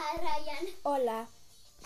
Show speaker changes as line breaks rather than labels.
Hola, Ryan.
Hola,